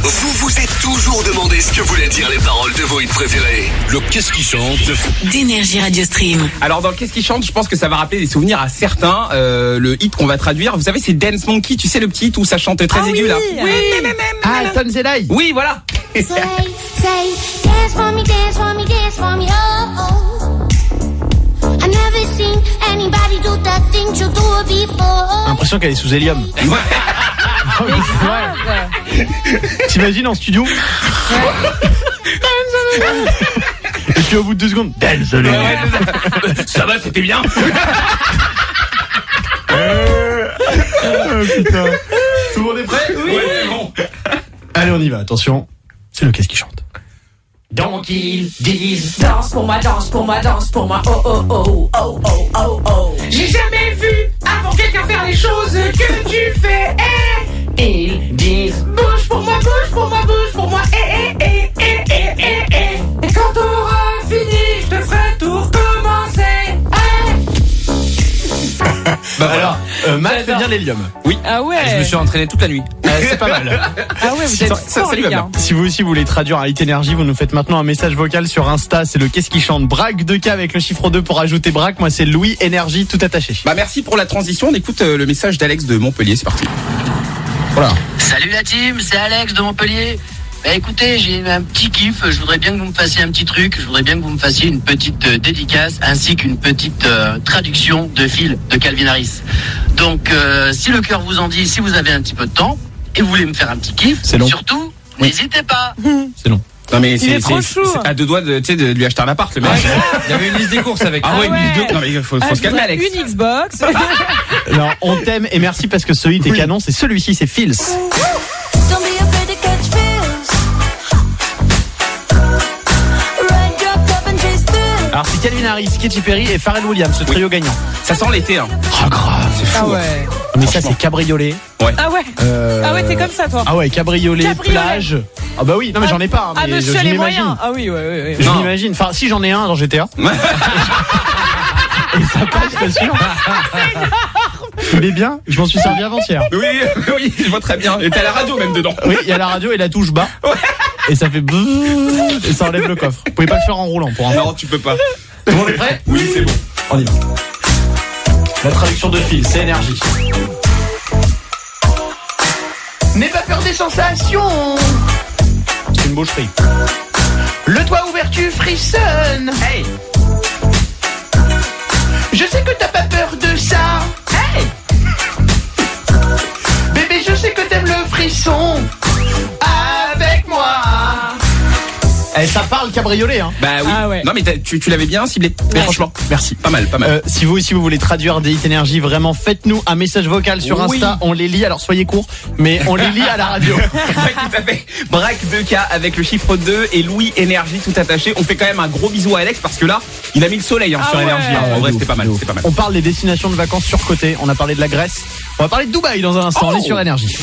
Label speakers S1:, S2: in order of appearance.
S1: Vous vous êtes toujours demandé ce que voulaient dire les paroles de vos hits préférés.
S2: Le qu'est-ce qui chante
S3: d'énergie Radio Stream.
S4: Alors dans le Qu'est-ce qui chante, je pense que ça va rappeler des souvenirs à certains. Euh, le hit qu'on va traduire, vous savez, c'est Dance Monkey, tu sais le petit hit où ça chante très aigu là. Oui,
S5: Ah, Tom Zedai
S4: oui, voilà.
S6: Say, say, dance for me, dance for me, dance for me, oh oh. I never seen anybody do that thing you do before.
S7: L'impression qu'elle est sous hélium. Oh, T'imagines en studio Et puis au bout de deux secondes, Dance the
S4: Ah
S7: Lady.
S4: ça va, c'était bien.
S7: Oh, putain. Tout le monde est prêt
S4: Oui, c'est bon.
S7: Allez, on y va, attention. C'est le qu'est-ce qui chante. Donc ils disent
S8: Danse pour moi, danse pour moi, danse pour moi. Oh oh oh oh oh oh oh. J'ai jamais vu avant quelqu'un faire les choses que tu fais. Eh. Ils disent bouge pour moi, bouge pour moi, bouge pour moi. Eh eh eh eh eh eh. eh. Et quand t'auras fini, je te ferai tout recommencer. Eh.
S4: Bah voilà.
S7: euh, Matt fait bien l'hélium.
S9: Ah
S4: Je me
S9: ouais.
S4: suis entraîné toute la nuit.
S7: Euh, c'est pas mal.
S9: Ah ouais, vous
S4: Ça-
S9: êtes
S4: ça-
S9: forts
S4: ça lui
S9: les
S4: va
S9: gars.
S7: Si vous aussi voulez traduire à Hit Energy, vous nous faites maintenant un message vocal sur Insta. C'est le qu'est-ce qui chante. Braque 2K avec le chiffre 2 pour ajouter Braque. Moi, c'est Louis Energy tout attaché.
S4: Bah merci pour la transition. On écoute euh, le message d'Alex de Montpellier. C'est parti.
S10: Salut la team, c'est Alex de Montpellier. Bah écoutez, j'ai un petit kiff, je voudrais bien que vous me fassiez un petit truc, je voudrais bien que vous me fassiez une petite euh, dédicace ainsi qu'une petite euh, traduction de fil de Calvin Harris. Donc euh, si le cœur vous en dit, si vous avez un petit peu de temps et vous voulez me faire un petit kiff,
S7: C'est long.
S10: surtout, n'hésitez pas.
S7: C'est long.
S4: Non mais
S9: est trop chou.
S4: c'est à deux doigts de, tu sais, de lui acheter un appart le mec.
S2: Il y avait une liste des courses avec.
S4: Ah ouais,
S9: Ah ouais.
S4: une liste de- Non mais il faut, faut
S9: Ah,
S4: se calmer Alex.
S9: Une Xbox.
S7: Alors, on t'aime et merci parce que ce hit est canon. C'est celui-ci, c'est Phils.
S6: Don't be afraid to catch feels. Ride your cup and chase through.
S7: Alors, c'est Calvin Harris, Katy Perry et Pharrell Williams, ce trio gagnant.
S4: Ça sent l'été hein.
S7: Ah, grave.
S4: C'est
S9: Ah
S4: fou. hein.
S9: ouais.
S7: Mais ça, c'est cabriolet.
S9: Ah ouais.
S7: Euh,
S9: Ah ouais, t'es comme ça toi.
S7: Ah ouais, cabriolet,
S9: Cabriolet.
S7: plage. Ah bah oui, non mais j'en ai pas. hein,
S9: Ah
S7: mais je-
S9: monsieur
S7: je
S9: les
S7: m'imagine.
S9: moyens. Ah oui, ouais, ouais, ouais.
S7: Je
S4: Non.
S7: m'imagine. Enfin, si j'en ai un dans GTA. Et ça passe, je t'assure. Il est bien, je m'en suis servi avant-hier.
S4: Oui, oui, je vois très bien. Et t'as la radio même dedans.
S7: Oui, il y a la radio et la touche bas. Et ça fait bzzz, et ça enlève le coffre. Vous pouvez pas le faire en roulant pour un
S4: Ah Non, tu peux pas. Tout le monde est prêt Oui, c'est bon.
S7: On y va. La traduction de fil, c'est énergie.
S5: N'aie pas peur des sensations.
S7: C'est une boucherie.
S5: Le toit ouvert, tu frissonnes. Hey. Je sais que t'as pas peur de ça. Hey. Bébé, je sais que t'aimes le frisson. Avec moi.
S7: Eh, ça parle cabriolet, hein.
S4: Bah oui.
S9: Ah ouais.
S4: Non mais t'as- tu, tu l'avais bien ciblé. Mais franchement,
S7: Merci.
S4: pas mal, pas mal.
S7: Euh, si vous aussi vous voulez traduire des hit énergie, vraiment faites-nous un message vocal sur
S4: Oui.
S7: Insta. On les lit, alors soyez courts, mais on les lit à la radio.
S4: Ouais, tout à fait. Braque 2K avec le chiffre 2 et Louis Énergie tout attaché. On fait quand même un gros bisou à Alex parce que là, il a mis le soleil hein,
S9: Ah
S4: sur
S9: ouais.
S4: Énergie. hein. En vrai, c'était pas mal, c'était pas mal.
S7: On parle des destinations de vacances surcotées. On a parlé de la Grèce. On va parler de Dubaï dans un instant. On est sur énergie.